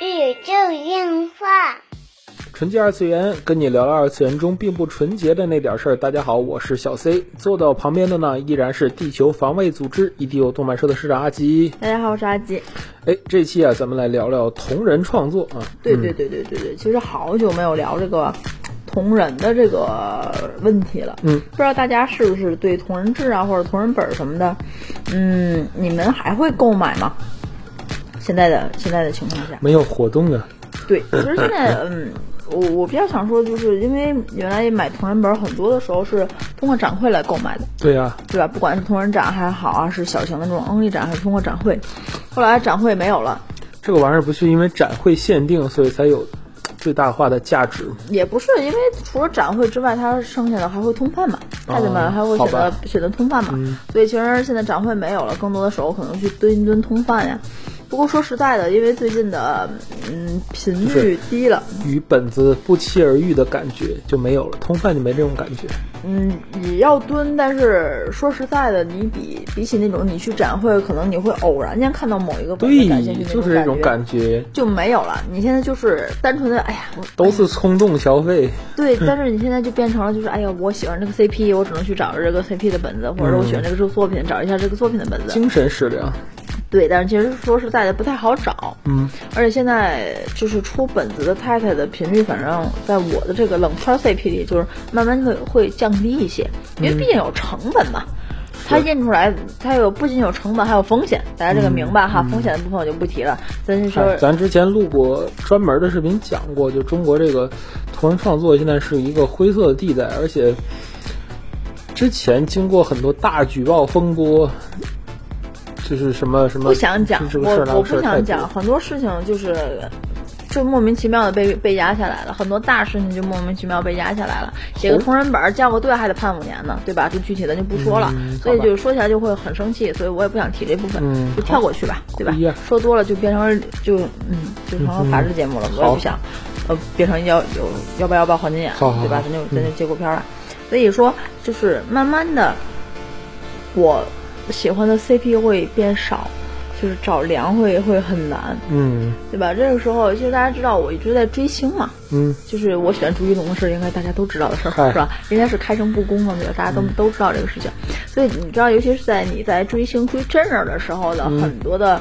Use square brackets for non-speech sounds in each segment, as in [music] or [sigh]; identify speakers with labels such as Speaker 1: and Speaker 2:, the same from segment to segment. Speaker 1: 宇宙硬化。
Speaker 2: 纯洁二次元，跟你聊聊二次元中并不纯洁的那点事儿。大家好，我是小 C，坐到我旁边的呢依然是地球防卫组织 EDO 动漫社的社长阿吉。
Speaker 3: 大家好，我是阿吉。
Speaker 2: 哎，这期啊，咱们来聊聊同人创作啊。
Speaker 3: 对对对对对对，其实好久没有聊这个同人的这个问题了。
Speaker 2: 嗯，
Speaker 3: 不知道大家是不是对同人志啊或者同人本儿什么的，嗯，你们还会购买吗？现在的现在的情况下，
Speaker 2: 没有活动啊，
Speaker 3: 对，其实现在嗯。我我比较想说，就是因为原来买同人本儿很多的时候是通过展会来购买的，
Speaker 2: 对啊呀、
Speaker 3: 对吧？不管是同人展还好啊，是小型的那种 only 展，还是通过展会。后来展会没有了，
Speaker 2: 这个玩意儿不是因为展会限定，所以才有最大化的价值吗。
Speaker 3: 也不是，因为除了展会之外，它剩下的还会通贩嘛，太子
Speaker 2: 哦
Speaker 3: 们还会
Speaker 2: 好
Speaker 3: 选择
Speaker 2: 吧嗯
Speaker 3: 选择通贩嘛，所以其实现在展会没有了，更多的时候可能去蹲一蹲通贩呀。不过说实在的，因为最近的嗯频率低了，
Speaker 2: 与本子不期而遇的感觉就没有了，通贩就没这种感觉。
Speaker 3: 嗯也要蹲，但是说实在的，你比比起那种你去展会，可能你会偶然间看到某一个本子感兴趣
Speaker 2: 对，
Speaker 3: 那
Speaker 2: 就是这种
Speaker 3: 感觉
Speaker 2: 感觉，
Speaker 3: 就没有了。你现在就是单纯的，哎呀，我
Speaker 2: 都是冲动消费。
Speaker 3: 对，但是你现在就变成了就是，哎呀，我喜欢这个 CP，我只能去找这个 CP 的本子，或者说我喜欢这个作品，找一下这个作品的本子。
Speaker 2: 精神食粮，
Speaker 3: 对，但是其实说实在的，不太好找。
Speaker 2: 嗯，
Speaker 3: 而且现在就是出本子的太太的频率，反正在我的这个冷圈 CP 里，就是慢慢会会降低一些，因为毕竟有成本嘛。它印出来，它有不仅有成本，还有风险，大家这个明白哈。风险的部分我就不提了，咱就说
Speaker 2: 哎，咱之前录过专门的视频讲过，就中国这个同人创作现在是一个灰色地带，而且之前经过很多大举报风波，就是什么什么
Speaker 3: 不想讲，
Speaker 2: 这个事
Speaker 3: 我
Speaker 2: 儿那
Speaker 3: 我
Speaker 2: 个事
Speaker 3: 不
Speaker 2: 儿太
Speaker 3: 想
Speaker 2: 多
Speaker 3: 讲，很多事情就是就莫名其妙的被被压下来了，很多大事情就莫名其妙被压下来了。写个
Speaker 2: 哦
Speaker 3: 同人本儿交个队还得判五年呢，对吧？这具体的就不说了，
Speaker 2: 嗯
Speaker 3: 所以
Speaker 2: 好吧
Speaker 3: 就说起来就会很生气，所以我也不想提这部分，
Speaker 2: 嗯
Speaker 3: 就跳过去吧，对吧
Speaker 2: 一样？
Speaker 3: 说多了就变成就嗯就成了法制节目了，我也
Speaker 2: 嗯好
Speaker 3: 不想呃变成要有要不要不要黄金眼
Speaker 2: 好好嗯
Speaker 3: 对吧
Speaker 2: 好？
Speaker 3: 咱就咱就接过片儿了。所以说，就是慢慢的，我喜欢的 CP 会变少，就是找凉会会很难，
Speaker 2: 嗯
Speaker 3: 对吧？这个时候，其实大家知道我一直在追星嘛，
Speaker 2: 嗯，
Speaker 3: 就是我选朱一龙的事，应该大家都知道的事
Speaker 2: 嗨嗯
Speaker 3: 儿，是吧？人家是开诚布公嘛，对吧？大家都、都知道这个事情，所以你知道，尤其是在你在追星追真人的时候的、
Speaker 2: 嗯
Speaker 3: 很多的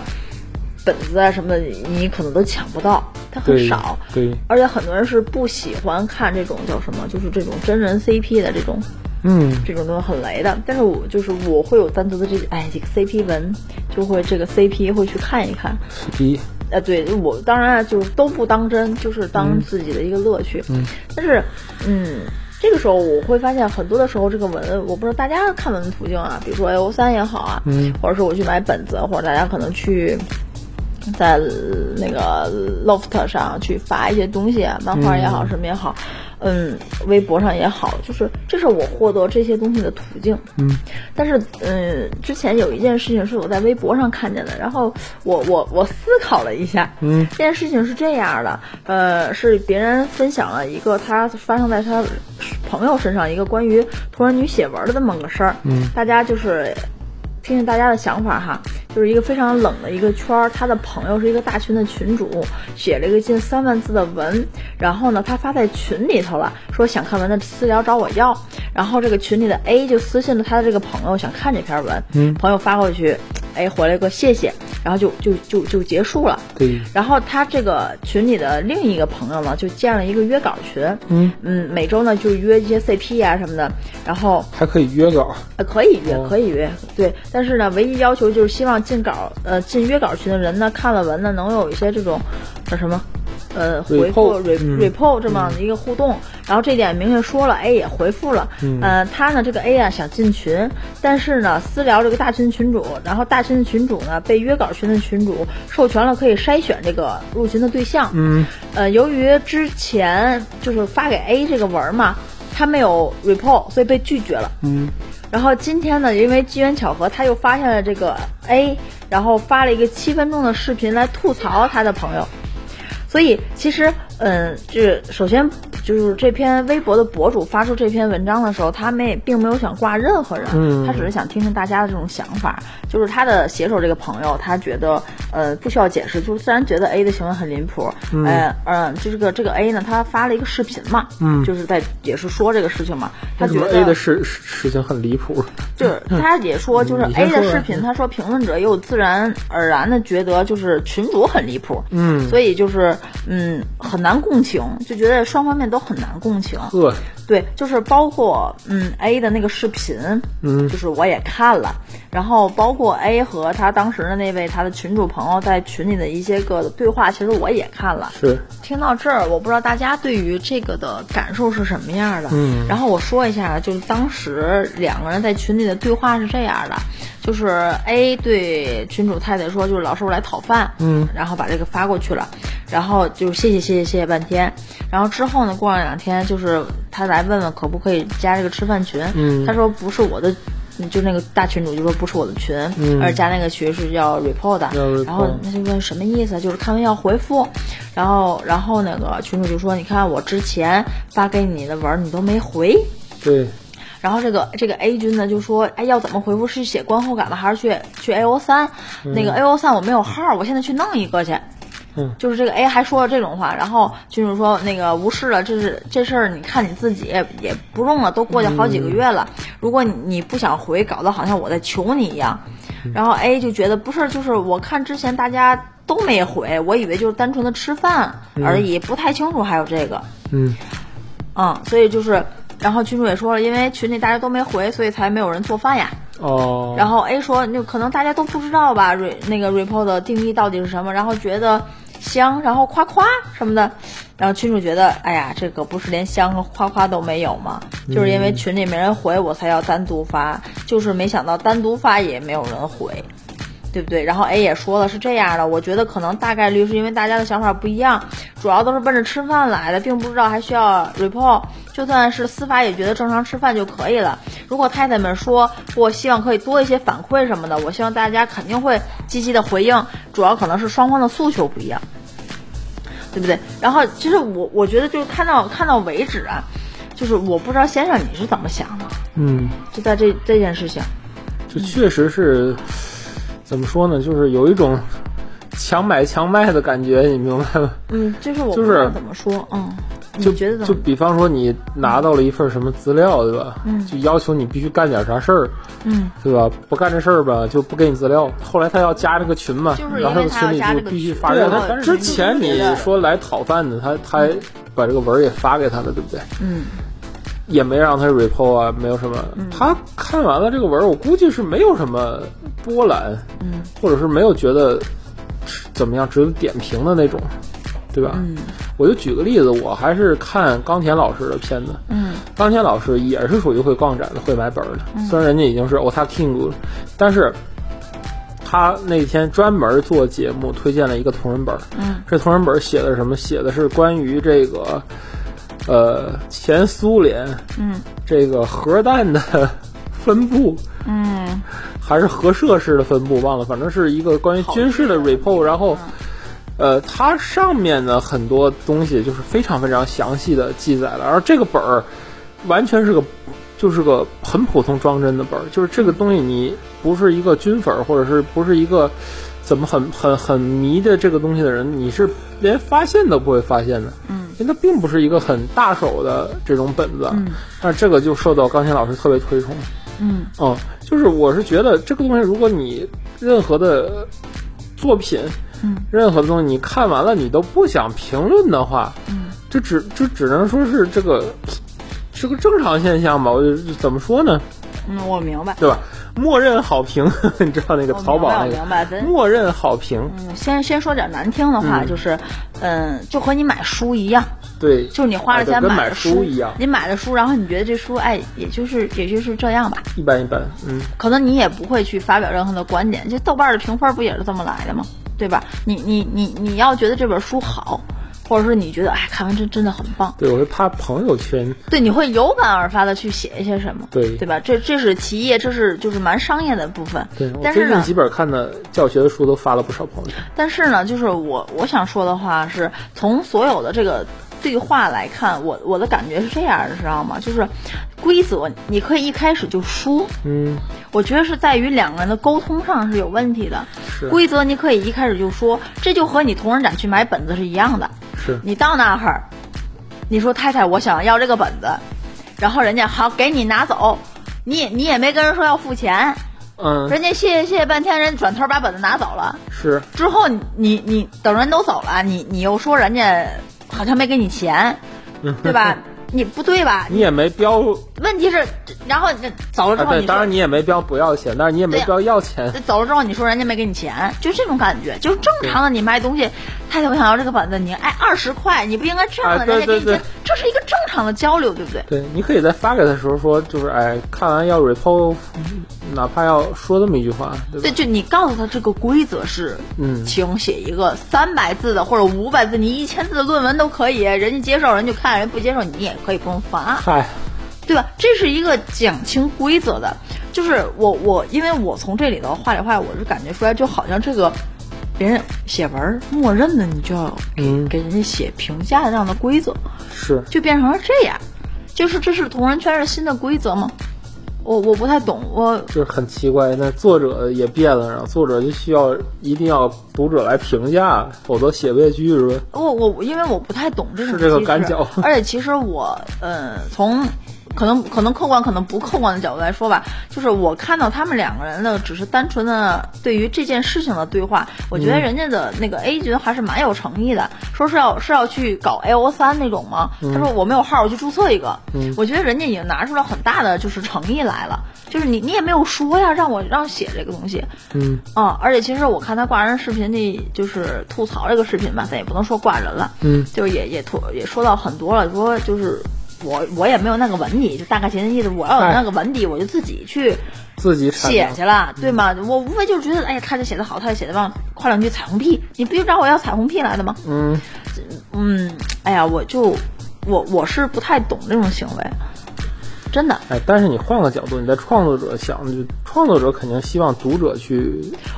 Speaker 3: 本子啊什么的，你你可能都抢不到，它很
Speaker 2: 对
Speaker 3: 少。
Speaker 2: 对，
Speaker 3: 而且很多人是不喜欢看这种叫什么，就是这种真人 CP 的这种
Speaker 2: 嗯
Speaker 3: 这种东西很雷的。但是我就是我会有单独的这哎这个 CP 文，就会这个 CP 会去看一看。
Speaker 2: 皮
Speaker 3: 呃，对我当然就是都不当真，就是当自己的一个乐趣。
Speaker 2: 嗯
Speaker 3: 但是嗯。这个时候我会发现，很多的时候这个文，我不知道大家看文的途径啊，比如说 A O 三也好啊，
Speaker 2: 嗯
Speaker 3: 或者是我去买本子，或者大家可能去在那个 Loft 上去发一些东西啊，漫画也好，什么也好，嗯，微博上也好，就是这是我获得这些东西的途径。
Speaker 2: 嗯，
Speaker 3: 但是嗯，之前有一件事情是我在微博上看见的，然后我我我思考了一下，
Speaker 2: 嗯
Speaker 3: 这件事情是这样的，呃，是别人分享了一个他发生在他朋友身上一个关于同人女写文的这么个事儿，
Speaker 2: 嗯
Speaker 3: 大家就是听听大家的想法哈，就是一个非常冷的一个圈儿，他的朋友是一个大群的群主，写了一个近三万字的文，然后呢，他发在群里头了，说想看文的私聊找我要，然后这个群里的 A 就私信了他的这个朋友，想看这篇文，
Speaker 2: 嗯
Speaker 3: 朋友发过去，哎，回来个谢谢，然后就就就就结束了。
Speaker 2: 对，
Speaker 3: 然后他这个群里的另一个朋友呢，就建了一个约稿群，
Speaker 2: 嗯
Speaker 3: 嗯，每周呢就约一些 CP 啊什么的，然后
Speaker 2: 还可以约稿，
Speaker 3: 呃，可以约
Speaker 2: 哦，
Speaker 3: 可以约，对。但是呢，唯一要求就是希望进稿，呃，进约稿群的人呢，看了文呢，能有一些这种叫什么，呃，回复
Speaker 2: Report，
Speaker 3: re
Speaker 2: 嗯
Speaker 3: report 这么一个互动。然后这点明确说了，A 也回复了，
Speaker 2: 嗯
Speaker 3: 呃，他呢这个 A 啊想进群，但是呢私聊这个大群群主，然后大群的群主呢被约稿群的群主授权了，可以筛选这个入群的对象，
Speaker 2: 嗯
Speaker 3: 呃，由于之前就是发给 A 这个文儿嘛，他没有 report，所以被拒绝了。
Speaker 2: 嗯
Speaker 3: 然后今天呢，因为机缘巧合，他又发现了这个 A，然后发了一个七分钟的视频来吐槽他的朋友。所以其实，嗯，这首先就是这篇微博的博主发出这篇文章的时候，他没并没有想挂任何人，
Speaker 2: 嗯
Speaker 3: 他只是想听听大家的这种想法。就是他的写手这个朋友，他觉得呃不需要解释，就是虽然觉得 A 的行为很离谱，嗯嗯、呃，这个这个 A 呢，他发了一个视频嘛，
Speaker 2: 嗯
Speaker 3: 就是在也是说这个事情嘛，他
Speaker 2: 为什
Speaker 3: 觉
Speaker 2: 么
Speaker 3: 得
Speaker 2: A 的事事事情很离谱？
Speaker 3: 就是他也说，就是
Speaker 2: 嗯你
Speaker 3: A
Speaker 2: 先说
Speaker 3: 的
Speaker 2: 吧嗯
Speaker 3: 视频，他说评论者也有自然而然的觉得就是群主很离谱，
Speaker 2: 嗯
Speaker 3: 所以就是嗯很难共情，就觉得双方面都很难共情。
Speaker 2: 呵，
Speaker 3: 对，就是包括嗯 A 的那个视频，
Speaker 2: 嗯
Speaker 3: 就是我也看了，然后包括 A 和他当时的那位他的群主朋友在群里的一些个对话，其实我也看了。
Speaker 2: 是，
Speaker 3: 听到这儿，我不知道大家对于这个的感受是什么样的。
Speaker 2: 嗯
Speaker 3: 然后我说一下，就是当时两个人在群里的对话是这样的，就是 A 对群主太太说，就是老师我来讨饭，
Speaker 2: 嗯，
Speaker 3: 然后把这个发过去了，然后就谢谢谢谢谢谢半天，然后之后呢，过了两天就是他来问问可不可以加这个吃饭群，
Speaker 2: 嗯
Speaker 3: 他说不是我的。嗯就那个大群主就说不是我的群，
Speaker 2: 嗯
Speaker 3: 而加那个群是叫 report 的，
Speaker 2: 要
Speaker 3: 然后
Speaker 2: report
Speaker 3: 他就问什么意思，就是看完要回复，然后然后那个群主就说，你看我之前发给你的文儿你都没回，
Speaker 2: 对，
Speaker 3: 然后这个这个 A 君呢就说，哎要怎么回复？是写观后感吗？还是去去 A O 三？那个 A O 三我没有号儿，我现在去弄一个去。
Speaker 2: 嗯
Speaker 3: 就是这个 A 还说了这种话，然后君主说那个无视了，这是这事儿你看你自己也不用了，都过去好几个月了。如果你你不想回，搞得好像我在求你一样。然后 A 就觉得不是，就是我看之前大家都没回，我以为就是单纯的吃饭而已，不太清楚还有这个。
Speaker 2: 嗯
Speaker 3: 嗯，所以就是，然后群主也说了，因为群里大家都没回，所以才没有人做饭呀。
Speaker 2: 哦，
Speaker 3: 然后 A 说，就可能大家都不知道吧，re 那个 report 的定义到底是什么，然后觉得香，然后夸夸什么的，然后群主觉得，哎呀，这个不是连香和夸夸都没有吗？就是因为群里没人回，我才要单独发，就是没想到单独发也没有人回。对不对？然后 A 也说了是这样的，我觉得可能大概率是因为大家的想法不一样，主要都是奔着吃饭来的，并不知道还需要 report。就算是司法也觉得正常吃饭就可以了。如果太太们说我希望可以多一些反馈什么的，我希望大家肯定会积极的回应，主要可能是双方的诉求不一样，对不对？然后其实我我觉得就是看到看到为止啊，就是我不知道先生你是怎么想的，
Speaker 2: 嗯。
Speaker 3: 就在这这件事情，
Speaker 2: 这确实是，怎么说呢？就是有一种强买强卖的感觉，你明白吗？
Speaker 3: 嗯，就是我
Speaker 2: 就
Speaker 3: 不
Speaker 2: 是
Speaker 3: 知道怎么说，嗯，
Speaker 2: 就
Speaker 3: 你觉得怎
Speaker 2: 就
Speaker 3: 么？
Speaker 2: 比方说，你拿到了一份什么资料，对吧？嗯，就要求你必须干点啥事儿，
Speaker 3: 嗯，
Speaker 2: 对吧？不干这事儿吧，就不给你资料。后来他要加这个群嘛，
Speaker 3: 就是
Speaker 2: 然后这
Speaker 3: 因为
Speaker 2: 个
Speaker 3: 他要
Speaker 2: 群
Speaker 3: 加
Speaker 2: 里
Speaker 3: 这
Speaker 2: 就
Speaker 3: 个
Speaker 2: 必须
Speaker 3: 群
Speaker 2: 发这个。
Speaker 3: 对
Speaker 2: 但
Speaker 3: 我
Speaker 2: 啊之前你说来讨饭的，他他还把这个文儿也发给他了，对不对？
Speaker 3: 嗯，
Speaker 2: 也没让他 report 啊，没有什么。他看完了这个文儿，我估计是没有什么波澜，
Speaker 3: 嗯，
Speaker 2: 或者是没有觉得怎么样值得点评的那种，对吧？
Speaker 3: 嗯，
Speaker 2: 我就举个例子，我还是看冈田老师的片子，
Speaker 3: 嗯，
Speaker 2: 冈田老师也是属于会逛展的，会买本儿的，虽然人家已经是 Ota King 了，但是。他那天专门做节目推荐了一个同人本儿，
Speaker 3: 嗯
Speaker 2: 这同人本儿写的是什么？写的是关于这个，呃，前苏联
Speaker 3: 嗯
Speaker 2: 这个核弹的 [laughs] 分布，
Speaker 3: 嗯
Speaker 2: 还是核设施的分布，忘了，反正是一个关于军事的 report。然后，
Speaker 3: 嗯
Speaker 2: 呃，它上面呢很多东西就是非常非常详细的记载了，而这个本儿完全是个。就是个很普通装帧的本儿，就是这个东西，你不是一个军粉儿，或者是不是一个怎么很很很迷的这个东西的人，你是连发现都不会发现的。
Speaker 3: 嗯，
Speaker 2: 因为它并不是一个很大手的这种本子。
Speaker 3: 嗯，
Speaker 2: 但是这个就受到钢琴老师特别推崇。
Speaker 3: 嗯
Speaker 2: 嗯，就是我是觉得这个东西，如果你任何的作品，
Speaker 3: 嗯，
Speaker 2: 任何的东西你看完了，你都不想评论的话，
Speaker 3: 嗯，
Speaker 2: 这只这只能说是这个是个正常现象吧。我就怎么说呢，
Speaker 3: 嗯，我明白。
Speaker 2: 对吧？默认好评， [laughs] 你知道那个
Speaker 3: 我
Speaker 2: 淘宝那
Speaker 3: 明白，我明白。
Speaker 2: 个
Speaker 3: 咱
Speaker 2: 默认好评，
Speaker 3: 嗯，先先说点难听的话，
Speaker 2: 嗯
Speaker 3: 就是，嗯，就和你买书一样，
Speaker 2: 对，
Speaker 3: 就是你花了
Speaker 2: 哎
Speaker 3: 钱
Speaker 2: 就跟
Speaker 3: 买
Speaker 2: 买
Speaker 3: 了
Speaker 2: 书一样，
Speaker 3: 你买了书，然后你觉得这书，哎，也就是也就是这样吧，
Speaker 2: 一般一般，嗯，
Speaker 3: 可能你也不会去发表任何的观点。这豆瓣的评分不也是这么来的吗？对吧？你你你你要觉得这本书好，或者是你觉得哎看完真真的很棒，
Speaker 2: 对，我是怕朋友圈，
Speaker 3: 对，你会有感而发的去写一些什么，
Speaker 2: 对
Speaker 3: 对吧？这这是其一，这是就是蛮商业的部分。
Speaker 2: 对我
Speaker 3: 但
Speaker 2: 最
Speaker 3: 是
Speaker 2: 近
Speaker 3: 呢，
Speaker 2: 几本看的教学的书都发了不少朋友圈，
Speaker 3: 但是呢，就是我我想说的话是，从所有的这个对话来看，我我的感觉是这样的，知道吗？就是规则，你可以一开始就输，
Speaker 2: 嗯，
Speaker 3: 我觉得是在于两个人的沟通上是有问题的。
Speaker 2: 是
Speaker 3: 规则你可以一开始就说，这就和你同人展去买本子是一样的。
Speaker 2: 是
Speaker 3: 你到那儿，你说太太，我想要这个本子，然后人家好给你拿走，你也你也没跟人说要付钱，
Speaker 2: 嗯
Speaker 3: 人家谢谢谢谢半天，人转头把本子拿走了。
Speaker 2: 是
Speaker 3: 之后你你你等人都走了，你你又说人家好像没给你钱，
Speaker 2: 嗯
Speaker 3: 对
Speaker 2: [laughs]
Speaker 3: 吧？你不对吧？
Speaker 2: 你也没标
Speaker 3: 问题是，这然后这走了之
Speaker 2: 啊，
Speaker 3: 后
Speaker 2: 对，
Speaker 3: 你
Speaker 2: 当
Speaker 3: 说
Speaker 2: 然你也没标不要钱，但是你也没
Speaker 3: 对
Speaker 2: 标要钱，
Speaker 3: [laughs] 走了之后你说人家没给你钱，就这种感觉，就正常的你卖东西，太太我想要这个本子，你哎二十块，你不应该这样
Speaker 2: 啊
Speaker 3: 的，
Speaker 2: 对
Speaker 3: 人家给你
Speaker 2: 对
Speaker 3: 钱
Speaker 2: 对，
Speaker 3: 这是一个正常的交流，对不对？
Speaker 2: 对，你可以在发给他的时候说，就是哎，看完要 report，哪怕要说这么一句话，对吧？
Speaker 3: 对，就你告诉他这个规则是，
Speaker 2: 嗯
Speaker 3: 请写一个三百字的或者五百字，你一千字的论文都可以，人家接受人就看，人不接受你也可以不用罚。
Speaker 2: 嗨，
Speaker 3: 对吧？这是一个讲清规则的，就是我我因为我从这里头话里话，我是感觉出来，就好像这个别人写文儿默认的，你就要给、
Speaker 2: 嗯
Speaker 3: 给人家写评价这样的规则，
Speaker 2: 是
Speaker 3: 就变成了这样，就是这是同人圈的新的规则吗？我我不太懂，我
Speaker 2: 这很奇怪。那作者也变了，然后作者就需要一定要读者来评价，否则写不下去是吧？
Speaker 3: 我我因为我不太懂这种
Speaker 2: 是这个
Speaker 3: 机制
Speaker 2: 感脚
Speaker 3: 而且其实我呃从。可能可能客观，可能不客观的角度来说吧，就是我看到他们两个人的只是单纯的对于这件事情的对话，我
Speaker 2: 嗯
Speaker 3: 觉得人家的那个 A 君还是蛮有诚意的，说是要是要去搞 A O 三那种吗？他说我没有号，我去注册一个。
Speaker 2: 嗯
Speaker 3: 我觉得人家已经拿出了很大的就是诚意来了，就是你你也没有说呀，让我让写这个东西，
Speaker 2: 嗯
Speaker 3: 嗯，而且其实我看他挂人视频那就是吐槽这个视频吧，咱也不能说挂人了，
Speaker 2: 嗯
Speaker 3: 就是也也吐也说到很多了，说就是我我也没有那个文笔，就大概前意思，我要有那个文笔，我就自己去
Speaker 2: 自己产
Speaker 3: 写
Speaker 2: 量
Speaker 3: 去了，对吗？我无非就是觉得，哎呀，他这写的好，他这写的棒，夸两句彩虹屁，你不就找我要彩虹屁来的吗？
Speaker 2: 嗯，
Speaker 3: 嗯，哎呀，我就我我是不太懂这种行为，真的，
Speaker 2: 哎，但是你换个角度，你在创作者想，就创作者肯定希望读者去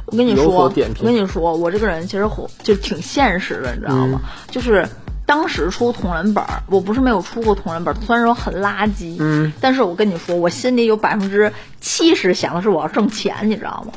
Speaker 3: 我跟你
Speaker 2: 有
Speaker 3: 说，
Speaker 2: 所
Speaker 3: 我
Speaker 2: 点
Speaker 3: 跟
Speaker 2: 评。
Speaker 3: 你说，我这个人其实火就挺现实的，你知道吗？
Speaker 2: 嗯
Speaker 3: 就是当时出同人本儿，我不是没有出过同人本儿，虽然说很垃圾，
Speaker 2: 嗯，
Speaker 3: 但是我跟你说，我心里有百分之七十想的是我要挣钱，你知道吗？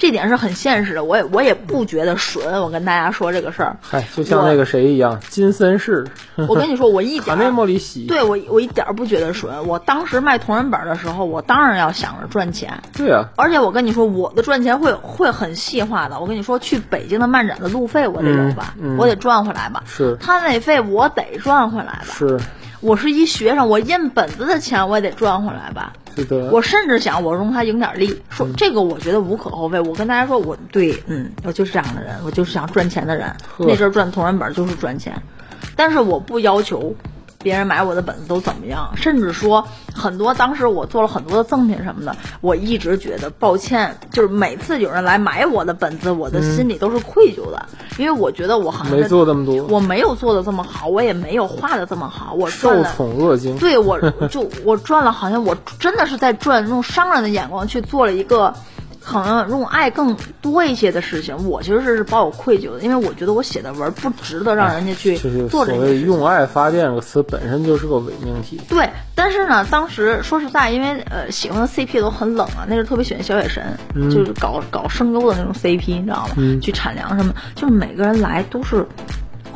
Speaker 3: 这点是很现实的，我也我也不觉得损。我跟大家说这个事儿，
Speaker 2: 嗨，就像那个谁一样，金森氏、
Speaker 3: 我跟你说，
Speaker 2: [laughs]
Speaker 3: 我一
Speaker 2: 卡
Speaker 3: 点
Speaker 2: 内
Speaker 3: 儿
Speaker 2: 莫里喜，
Speaker 3: 对我我一点儿不觉得损。我当时卖同人本儿的时候，我当然要想着赚钱，
Speaker 2: 对啊，
Speaker 3: 而且我跟你说，我的赚钱会会很细化的。我跟你说，去北京的漫展的路费我得有吧，
Speaker 2: 嗯嗯
Speaker 3: 我得赚回来吧。
Speaker 2: 是
Speaker 3: 摊位费我得赚回来吧。
Speaker 2: 是
Speaker 3: 我是一学生，我印本子的钱我也得赚回来吧。
Speaker 2: 是的，
Speaker 3: 我甚至想，我容他赢点利，
Speaker 2: 嗯
Speaker 3: 说这个我觉得无可厚非。我跟大家说，我对，嗯，我就是这样的人，我就是想赚钱的人。
Speaker 2: 呵
Speaker 3: 那阵儿赚同人本就是赚钱，但是我不要求别人买我的本子都怎么样，甚至说很多当时我做了很多的赠品什么的，我一直觉得抱歉，就是每次有人来买我的本子，我的心里都是愧疚的，因为我觉得我好
Speaker 2: 嗯
Speaker 3: 像
Speaker 2: 没
Speaker 3: 在
Speaker 2: 做这么多
Speaker 3: 我没有做的这么好，我也没有画的这么好，我赚
Speaker 2: 受
Speaker 3: 了。
Speaker 2: 宠若惊。
Speaker 3: 对我就我赚了，好像我真的是在赚，用商人的眼光去做了一个，好像用爱更多一些的事情。我其实是抱有愧疚的，因为我觉得我写的文儿不值得让人家去
Speaker 2: 哎就是所
Speaker 3: 做这件
Speaker 2: 谓“
Speaker 3: 事。
Speaker 2: 用爱发电”这个词本身就是个伪命题。
Speaker 3: 对，但是呢，当时说实在，因为呃喜欢的 CP 都很冷啊，那时候特别喜欢小野神，就是搞搞声优的那种 CP，你知道吗？
Speaker 2: 嗯
Speaker 3: 去产粮什么，就是每个人来都是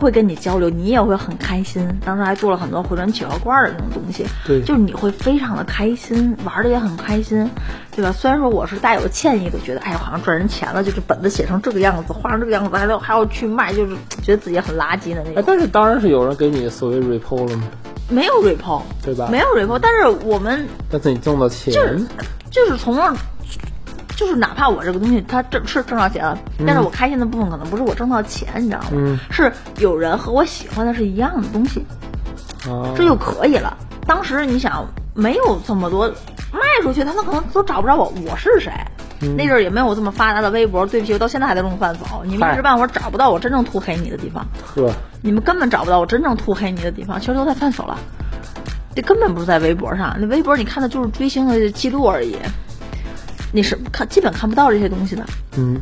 Speaker 3: 会跟你交流，你也会很开心。当时还做了很多回转企鹅罐儿的那种东西，
Speaker 2: 对
Speaker 3: 就是你会非常的开心，玩的也很开心，对吧？虽然说我是带有歉意的，觉得哎呀，好像赚人钱了，就是本子写成这个样子，画成这个样子，还要还要去卖，就是觉得自己很垃圾的那
Speaker 2: 哎
Speaker 3: 种，。呃
Speaker 2: 但是当然是有人给你所谓 report 了嘛，
Speaker 3: 没有 repo，
Speaker 2: 对吧
Speaker 3: 没有 repo，但是我们
Speaker 2: 但是你挣到钱，
Speaker 3: 就是就是从那儿，就是哪怕我这个东西它挣是挣到钱了，但是我开心的部分可能不是我挣到钱，你知道吗？
Speaker 2: 嗯
Speaker 3: 是有人和我喜欢的是一样的东西，
Speaker 2: 啊，
Speaker 3: 这就可以了。当时你想没有这么多卖出去，他们可能都找不着我我是谁。
Speaker 2: 嗯
Speaker 3: 那阵儿也没有这么发达的微博，对不起，我到现在还在用饭否，你们
Speaker 2: 嗨
Speaker 3: 一时半会儿找不到我真正涂黑你的地方。
Speaker 2: 呵，
Speaker 3: 你们根本找不到我真正涂黑你的地方，其实都在犯手了。这根本不是在微博上，那微博你看的就是追星的记录而已，你是看基本看不到这些东西的。
Speaker 2: 嗯，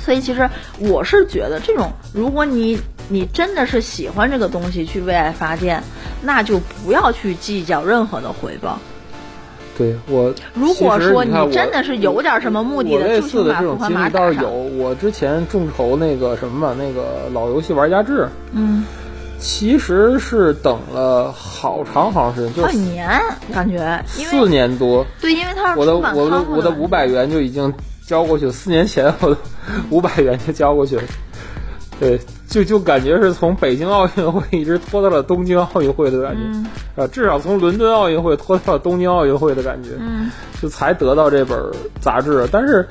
Speaker 3: 所以其实我是觉得，这种如果你你真的是喜欢这个东西去为爱发电，那就不要去计较任何的回报。
Speaker 2: 对我，
Speaker 3: 如果
Speaker 2: 其实
Speaker 3: 说
Speaker 2: 你看
Speaker 3: 你真的是有点什么目的
Speaker 2: 我
Speaker 3: 的
Speaker 2: 类
Speaker 3: 就去
Speaker 2: 似的
Speaker 3: 把
Speaker 2: 这种
Speaker 3: 付款
Speaker 2: 经
Speaker 3: 码
Speaker 2: 历
Speaker 3: 打
Speaker 2: 倒是
Speaker 3: 上
Speaker 2: 有。我之前众筹那个什么那个老游戏玩家制，
Speaker 3: 嗯，
Speaker 2: 其实是等了好长好长时间，就
Speaker 3: 半年感觉，因
Speaker 2: 四
Speaker 3: 为
Speaker 2: 年多。
Speaker 3: 对，因为它是
Speaker 2: 我的
Speaker 3: 出版
Speaker 2: 我的
Speaker 3: 仓库
Speaker 2: 我的
Speaker 3: 问
Speaker 2: 五百
Speaker 3: 题
Speaker 2: 元就已经交过去了，四年前我的五百元就交过去了。对，就就感觉是从北京奥运会一直拖到了东京奥运会的感觉，
Speaker 3: 嗯
Speaker 2: 啊，至少从伦敦奥运会拖到了东京奥运会的感觉，
Speaker 3: 嗯
Speaker 2: 就才得到这本杂志。啊但是，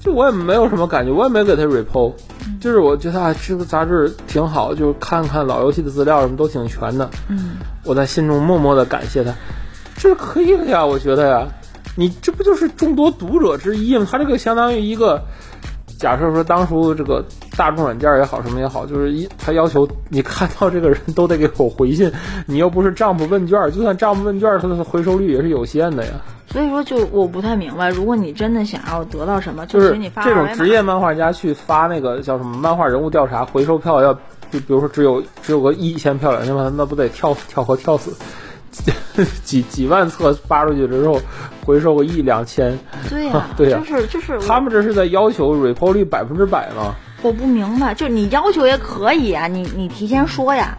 Speaker 2: 就我也没有什么感觉，我也没给他 repo，就是
Speaker 3: 嗯
Speaker 2: 我觉得啊，这个杂志挺好，就是看看老游戏的资料什么都挺全的。
Speaker 3: 嗯，
Speaker 2: 我在心中默默的感谢他，这可以了呀，我觉得呀，你这不就是众多读者之一吗？他这个相当于一个，假设说当初这个大众软件也好，什么也好，就是一他要求你看到这个人都得给我回信，你又不是账目问卷，就算账目问卷，它的回收率也是有限的呀。
Speaker 3: 所以说就我不太明白，如果你真的想要得到什么，
Speaker 2: 就
Speaker 3: 就是请你发
Speaker 2: 这种
Speaker 3: 二维码
Speaker 2: 职业漫画家去发那个叫什么漫画人物调查回收票要，就比如说只有只有个一千票两千票，那不得跳跳河跳死？几几万册发出去之后，回收个一两千，
Speaker 3: 对呀、
Speaker 2: [laughs] 对呀
Speaker 3: 就是就是我
Speaker 2: 他们这是在要求 repo 率百分之百吗？
Speaker 3: 我不明白，就你要求也可以啊，你你提前说呀。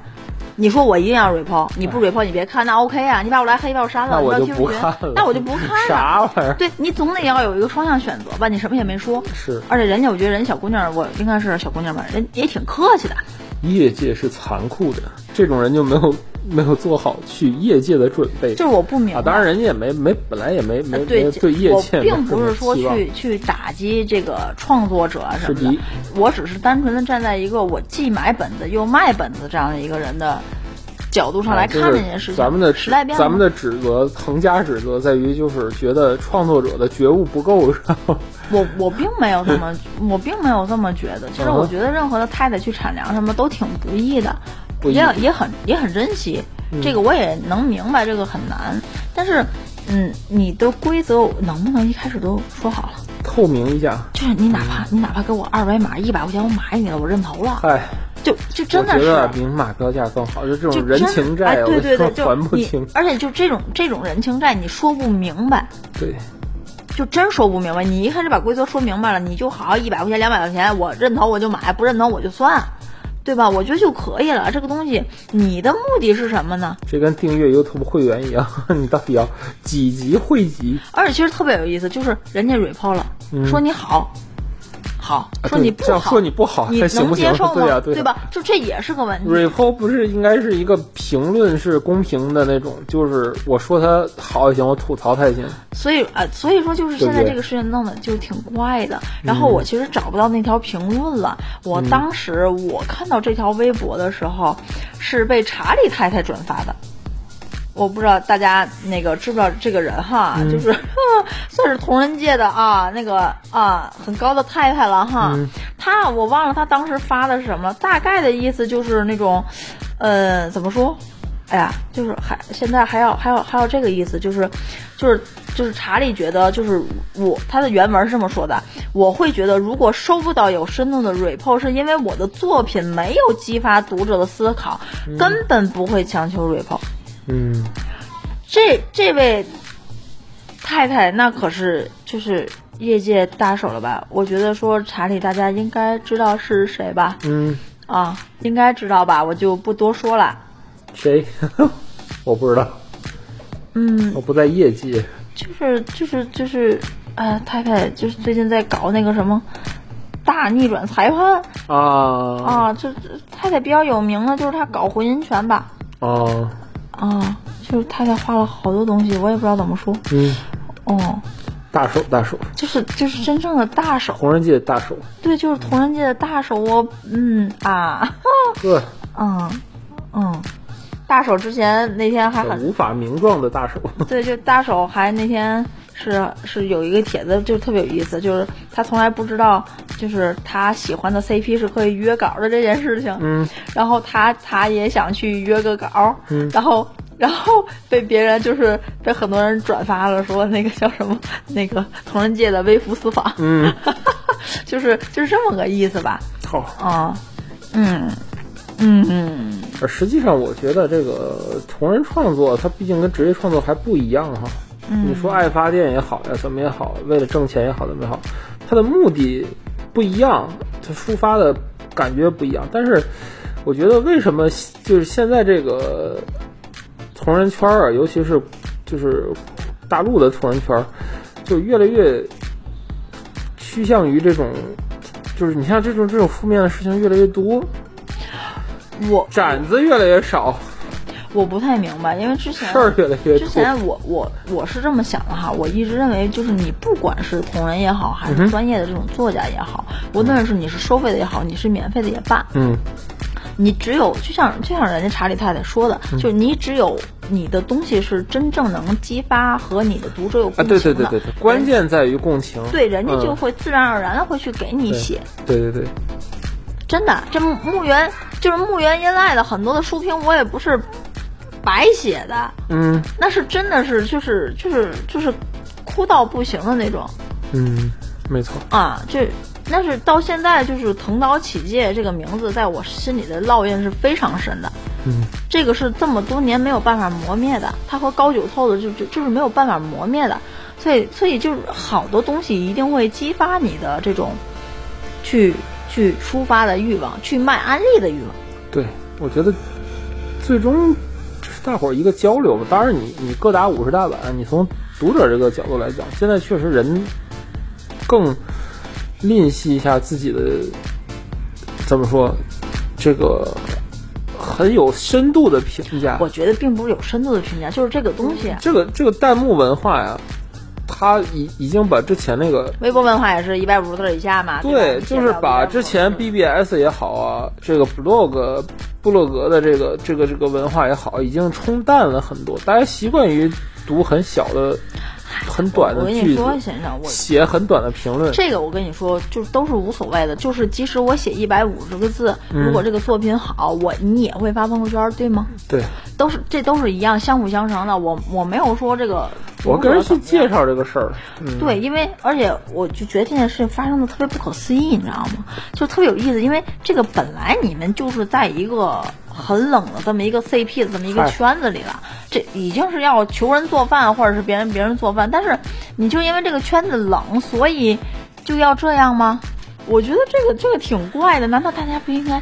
Speaker 3: 你说我一定要 repo，你不 repo 你别看，那 OK 啊，你把我拉黑，把我删了，
Speaker 2: 哎那我
Speaker 3: 你
Speaker 2: 就
Speaker 3: 把
Speaker 2: 不
Speaker 3: 我踢出
Speaker 2: 看
Speaker 3: 群
Speaker 2: 了，
Speaker 3: 那我就不看了。
Speaker 2: 啥玩意儿？
Speaker 3: [laughs] 对你总得要有一个双向选择吧，你什么也没说。
Speaker 2: 是
Speaker 3: 而且人家，我觉得人小姑娘，我应该是小姑娘吧，人也挺客气的。
Speaker 2: 业界是残酷的，这种人就没有没有做好去业界的准备。
Speaker 3: 就是我不明白，
Speaker 2: 啊，当然人家也没没本来也没没
Speaker 3: 呃
Speaker 2: 没
Speaker 3: 对
Speaker 2: 对业
Speaker 3: 我
Speaker 2: 界没
Speaker 3: 并不是说
Speaker 2: 什么期
Speaker 3: 去去打击这个创作者啊什么
Speaker 2: 是
Speaker 3: 的
Speaker 2: 的，
Speaker 3: 我只是单纯的站在一个我既买本子又卖本子这样的一个人的角度上
Speaker 2: 望
Speaker 3: 来
Speaker 2: 啊就
Speaker 3: 看这
Speaker 2: 是
Speaker 3: 件事情。
Speaker 2: 咱们的
Speaker 3: 时代变了，
Speaker 2: 咱们的指责，横加指责在于就是觉得创作者的觉悟不够，然后
Speaker 3: 我我并没有
Speaker 2: [laughs]
Speaker 3: 这么，我并没有这么觉得。其实
Speaker 2: 嗯哼
Speaker 3: 我觉得任何的太太去产粮什么都挺不易的，
Speaker 2: 不易嗯
Speaker 3: 也也很也很珍惜。这个我也能明白，这个很难。但是，嗯，你的规则能不能一开始都说好了？
Speaker 2: 透明一下。
Speaker 3: 就是你哪怕你哪怕给我二维码一百块钱，我买给你了，我认投了，
Speaker 2: 嗨，
Speaker 3: 就就真的
Speaker 2: 我觉得啊
Speaker 3: 是。
Speaker 2: 明码标价更好，就这
Speaker 3: 就
Speaker 2: 种人
Speaker 3: 真
Speaker 2: 情
Speaker 3: 哎
Speaker 2: 债，我
Speaker 3: 对对对，
Speaker 2: 跟你 [laughs]
Speaker 3: 就
Speaker 2: 说还不
Speaker 3: 你
Speaker 2: 清。
Speaker 3: 而且就这种这种人情债，你说不明白，
Speaker 2: 对，
Speaker 3: 就真说不明白。你一开始把规则说明白了，你就好好一百块钱、两百块钱，我认投我就买，不认投我就算，对吧？我觉得就可以了。这个东西，你的目的是什么呢？
Speaker 2: 这跟订阅 YouTube 会员一样， [laughs] 你到底要几级会籍？
Speaker 3: 而且其实特别有意思，就是人家 repo 了，
Speaker 2: 嗯
Speaker 3: 说你好，好，
Speaker 2: 啊
Speaker 3: 说
Speaker 2: 对
Speaker 3: 你不
Speaker 2: 这样
Speaker 3: 好，
Speaker 2: 说你不好
Speaker 3: 你
Speaker 2: 还 [laughs] 行
Speaker 3: 能
Speaker 2: 不行
Speaker 3: 接受吗？
Speaker 2: 对呀对呀啊
Speaker 3: 吧？就这也是个问题。
Speaker 2: repo 不是应该是一个评论是公平的那种，就是我说他好也行，我吐槽他也行。
Speaker 3: 所以呃，所以说就是现
Speaker 2: 对
Speaker 3: 在
Speaker 2: 不对嗯
Speaker 3: 这个事情弄得就挺怪的。然后我其实找不到那条评论了。我当时我看到这条微博的时候，是被查理太太转发的。我不知道大家那个知不知道这个人哈，就是 [laughs] 算是同人界的啊，那个啊很高的太太了哈。
Speaker 2: 嗯
Speaker 3: 他我忘了他当时发的是什么了，大概的意思就是那种，呃，怎么说？哎呀，就是还现在还要还要还要这个意思，就是，就是就是查理觉得就是我他的原文是这么说的，我会觉得如果收不到有深度的 report，是因为我的作品没有激发读者的思考，根本不会强求 report。
Speaker 2: 嗯，
Speaker 3: 这这位太太，那可是就是业界大手了吧？我觉得说查理，大家应该知道是谁吧？
Speaker 2: 嗯，
Speaker 3: 啊，应该知道吧？我就不多说了。
Speaker 2: 谁？ [laughs] 我不知道，
Speaker 3: 嗯，
Speaker 2: 我不在业界。
Speaker 3: 就是就是就是，啊、太太就是最近在搞那个什么大逆转裁判
Speaker 2: 啊
Speaker 3: 啊，这这太太比较有名的就是她搞婚姻权吧？
Speaker 2: 啊，
Speaker 3: 啊，就是太太画了好多东西，我也不知道怎么说。
Speaker 2: 嗯，
Speaker 3: 哦，
Speaker 2: 大手大手，
Speaker 3: 就是就是真正的大手。
Speaker 2: 红人界大手，
Speaker 3: 对，
Speaker 2: 嗯
Speaker 3: 就是同人界的大手哦，嗯啊，
Speaker 2: 呵，
Speaker 3: 嗯嗯，大手之前那天还很
Speaker 2: 无法名状的大手。
Speaker 3: 对，就大手还那天是是有一个帖子就特别有意思，就是他从来不知道就是他喜欢的 CP 是可以约稿的这件事情，
Speaker 2: 嗯，
Speaker 3: 然后他他也想去约个稿，
Speaker 2: 嗯
Speaker 3: 然后然后被别人就是被很多人转发了，说那个叫什么那个同人界的微服私访，
Speaker 2: 嗯，
Speaker 3: 就是就是这么个意思吧，
Speaker 2: 好，
Speaker 3: 哦啊，嗯，嗯嗯，
Speaker 2: 而实际上，我觉得这个同人创作，它毕竟跟职业创作还不一样哈。你说爱发电也好呀，怎么也好，为了挣钱也好，怎么也好，它的目的不一样，它抒发的感觉不一样。但是，我觉得为什么就是现在这个同人圈儿啊，尤其是就是大陆的同人圈儿，就越来越趋向于这种，就是你像这种这种负面的事情越来越多，
Speaker 3: 我
Speaker 2: 展子越来越少，
Speaker 3: 我不太明白，因为之前
Speaker 2: 事儿越来越
Speaker 3: 之
Speaker 2: 多。
Speaker 3: 前我我我是这么想的哈，我一直认为就是你不管是同人也好，还
Speaker 2: 嗯
Speaker 3: 是
Speaker 2: 哼
Speaker 3: 专业的这种作家也好，无论是你是收费的也好，你是免费的也罢，
Speaker 2: 嗯
Speaker 3: 你只有就像就像人家查理太太说的，
Speaker 2: 嗯
Speaker 3: 就是你只有你的东西是真正能激发和你的读者有
Speaker 2: 啊，
Speaker 3: 共
Speaker 2: 对对
Speaker 3: 情
Speaker 2: 对
Speaker 3: 的
Speaker 2: 对对，关键在于共情。
Speaker 3: 对人家就
Speaker 2: 嗯
Speaker 3: 会自然而然的会去给你写，
Speaker 2: 对对对，
Speaker 3: 真的，这墓墓园就是墓园阴爱的很多的书评，我也不是白写的，
Speaker 2: 嗯
Speaker 3: 那是真的是就是就是就是哭到不行的那种
Speaker 2: 嗯，没错。
Speaker 3: 啊！这那是到现在就是藤岛启介这个名字在我心里的烙印是非常深的，
Speaker 2: 嗯
Speaker 3: 这个是这么多年没有办法磨灭的，它和高九透的就就就是没有办法磨灭的，所以所以就是好多东西一定会激发你的这种去去出发的欲望，去卖安利的欲望。
Speaker 2: 对，我觉得最终就是大伙儿一个交流吧。当然你，你各打五十大板，你从读者这个角度来讲，现在确实人更吝惜一下自己的怎么说这个很有深度的评价。
Speaker 3: 我觉得并不是有深度的评价，就是这个东西啊，
Speaker 2: 这个这个弹幕文化呀，它已已经把之前那个
Speaker 3: 微博文化也是一百五十字以下嘛。
Speaker 2: 对，
Speaker 3: 吧
Speaker 2: 就是把之前
Speaker 3: 嗯
Speaker 2: BBS 也好啊，这个 blog 部落格的这个这个这个文化也好，已经冲淡了很多。大家习惯于读很小的、很短
Speaker 3: 我
Speaker 2: 的
Speaker 3: 跟
Speaker 2: 句
Speaker 3: 你
Speaker 2: 子
Speaker 3: 说，，先生，我
Speaker 2: 写很短的评论。
Speaker 3: 这个我跟你说，就是都是无所谓的，就是即使我写一百五十个字，
Speaker 2: 嗯
Speaker 3: 如果这个作品好，我你也会发朋友圈，对吗？
Speaker 2: 对
Speaker 3: 都是这都是一样，相辅相成的。我我没有说这个，
Speaker 2: 我跟人去介
Speaker 3: 绍。
Speaker 2: 绍这个事儿，嗯，
Speaker 3: 对，因为而且我就觉得这件事情发生的特别不可思议，你知道吗？就特别有意思，因为这个本来你们就是在一个很冷的这么一个 CP 的这么一个
Speaker 2: 嗨
Speaker 3: 圈子里了，这已经是要求人做饭或者是别人别人做饭，但是你就因为这个圈子冷，所以就要这样吗？我觉得这个这个挺怪的，难道大家不应该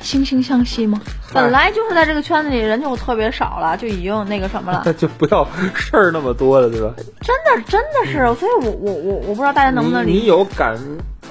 Speaker 3: 惺惺相惜吗？本来就是在这个圈子里人就特别少了，就已经那个什么了
Speaker 2: 那，就不要事儿那么多了，对吧？
Speaker 3: 真的真的是，所以我我我我不知道大家能不能
Speaker 2: 你
Speaker 3: 理
Speaker 2: 你
Speaker 3: 解。
Speaker 2: 有感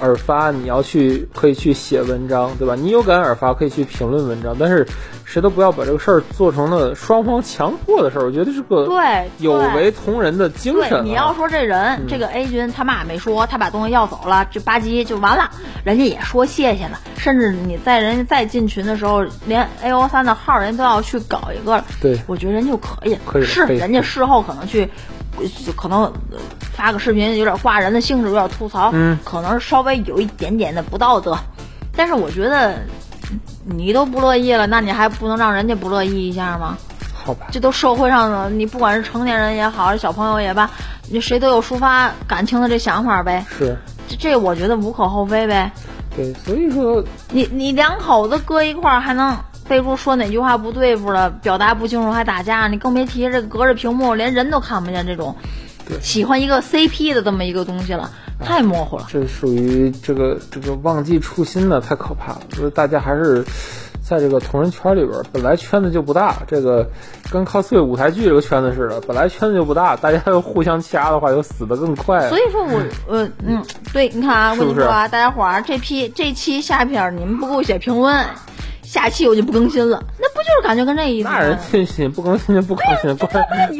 Speaker 2: 而发，你要去可以去写文章，对吧？你有感而发，可以去评论文章，但是谁都不要把这个事儿做成了双方强迫的事儿。我觉得这个
Speaker 3: 对
Speaker 2: 有
Speaker 3: 对
Speaker 2: 违同人的精神、
Speaker 3: 对
Speaker 2: 啊。，嗯
Speaker 3: 你要说这人、这个 A 君他嘛没说，他把东西要走了，这吧唧就完了，人家也说谢谢了，甚至你在人家再进群的时候，连 A O 三的号人都要去搞一个了。
Speaker 2: 对
Speaker 3: 我觉得人就可以，
Speaker 2: 可以了
Speaker 3: 是
Speaker 2: 可以了
Speaker 3: 人家事后可能去，就可能呃发个视频有点挂人的性质，有点吐槽，
Speaker 2: 嗯
Speaker 3: 可能稍微有一点点的不道德，但是我觉得。你都不乐意了，那你还不能让人家不乐意一下吗？
Speaker 2: 好吧，
Speaker 3: 这都社会上的，你不管是成年人也好，还是小朋友也罢，你谁都有抒发感情的这想法呗。
Speaker 2: 是
Speaker 3: 这这我觉得无可厚非呗。
Speaker 2: 对，所以说
Speaker 3: 你你两口子搁一块儿还能背出说哪句话不对付了，表达不清楚还打架，你更别提这隔着屏幕连人都看不见这种
Speaker 2: 对嗯
Speaker 3: 喜欢一个 CP 的这么一个东西了，太模糊了。
Speaker 2: 这属于这个这个忘记初心呢，太可怕了。就是大家还是在这个同人圈里边儿，本来圈子就不大，这个跟 cosplay 舞台剧这个圈子似的，本来圈子就不大，大家要互相掐的话，就死得更快。
Speaker 3: 所以说我，呃，嗯，对，你看啊，我
Speaker 2: 是不
Speaker 3: 跟
Speaker 2: 是
Speaker 3: 你说啊，大家伙儿，这批这期下片儿你们不给我写评论，下期我就不更新了，那不就是感觉跟这意思吗？
Speaker 2: 那人进信不更新就不更新，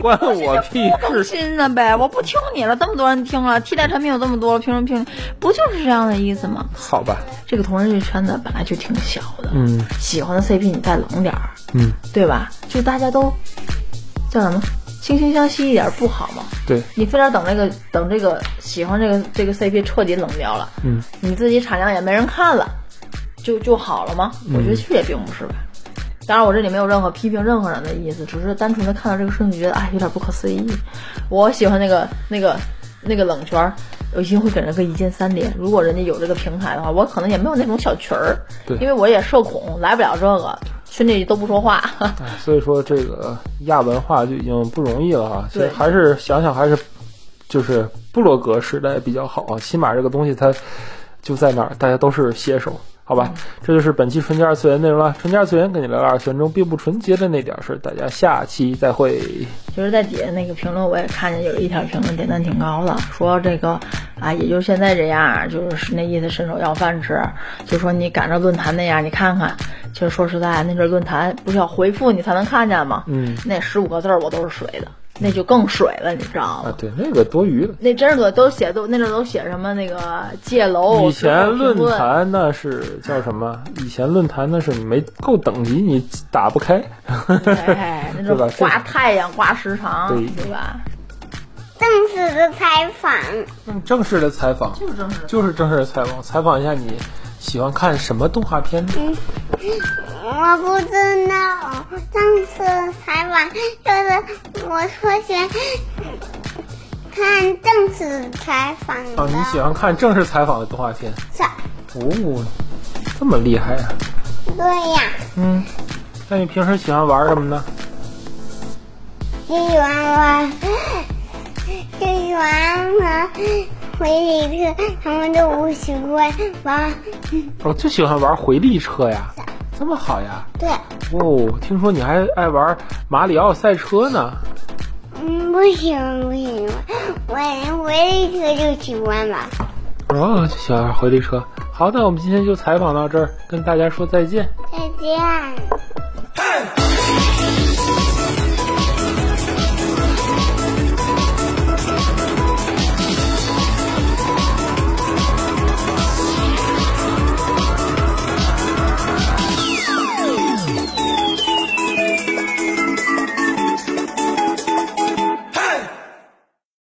Speaker 2: 关关我屁
Speaker 3: 更
Speaker 2: 事！
Speaker 3: 新了呗，我不听你了，这么多人听了，替代产品有这么多了，评论评论，不就是这样的意思吗？
Speaker 2: 好吧，
Speaker 3: 这个同人这圈子本来就挺小的，
Speaker 2: 嗯
Speaker 3: 喜欢的 CP 你再冷点儿，
Speaker 2: 嗯，
Speaker 3: 对吧？就大家都叫什么惺惺相惜一点儿不好吗？
Speaker 2: 对，
Speaker 3: 你非得等那个等这个喜欢这个这个 CP 彻底冷掉了，
Speaker 2: 嗯，
Speaker 3: 你自己产量也没人看了，就就好了吗？我觉得其实也并不是吧。当然，我这里没有任何批评任何人的意思，只是单纯的看到这个顺序，觉得哎有点不可思议。我喜欢那个那个那个冷圈儿，有机会给人个一键三连。如果人家有这个平台的话，我可能也没有那种小群儿，
Speaker 2: 对
Speaker 3: 因为我也社恐，来不了这个，群里都不说话。
Speaker 2: 哎，所以说这个亚文化就已经不容易了啊。所以
Speaker 3: 对
Speaker 2: 还是想想还是就是部落格时代比较好啊，起码这个东西它就在那儿，大家都是携手。好吧，这就是本期纯洁二次元内容了。纯洁二次元跟你聊聊二次元中并不纯洁的那点事儿，大家下期再会。
Speaker 3: 就是在底下那个评论，我也看见有一条评论点赞挺高的，说这个啊，也就是现在这样，就是那意思伸手要饭吃，就说你赶着论坛那样，你看看，其实说实在，那阵儿论坛不是要回复你才能看见吗？
Speaker 2: 嗯，
Speaker 3: 那十五个字儿我都是水的，那就更水了，你知道
Speaker 2: 啊
Speaker 3: 吗？，
Speaker 2: 对，那个多余的。
Speaker 3: 那真是都写都那阵儿都写什么那个借楼，
Speaker 2: 以前
Speaker 3: 哦评
Speaker 2: 论
Speaker 3: 论
Speaker 2: 坛那是叫什么？以前论坛那是你没够等级，你打不开。 [laughs]
Speaker 3: 哎，那
Speaker 2: 对吧这
Speaker 3: 阵刮太阳刮时长，
Speaker 2: 对
Speaker 3: 对吧？
Speaker 1: 正式的采访，
Speaker 2: 嗯，正式的采访
Speaker 3: 就是正是
Speaker 2: 就是正式的采访，采访一下你喜欢看什么动画片
Speaker 3: 嗯
Speaker 2: 呢？
Speaker 1: 我不知道。正式的采访就是我说学看正式的采访的。
Speaker 2: 啊，你喜欢看正式采访的动画片？
Speaker 1: 是
Speaker 2: 哦，这么厉害啊！
Speaker 1: 对呀，
Speaker 2: 嗯，那你平时喜欢玩什么呢？
Speaker 1: 就喜欢玩，就喜欢玩回力车，他们都不喜欢玩。
Speaker 2: 我就哦喜欢玩回力车呀，这么好呀！
Speaker 1: 对，
Speaker 2: 哦，听说你还爱玩马里奥赛车呢。
Speaker 1: 嗯，不喜欢不喜欢，我连回力车就喜欢玩。
Speaker 2: 哦，就喜欢玩回力车。好，那我们今天就采访到这儿，跟大家说再见。
Speaker 1: 再见。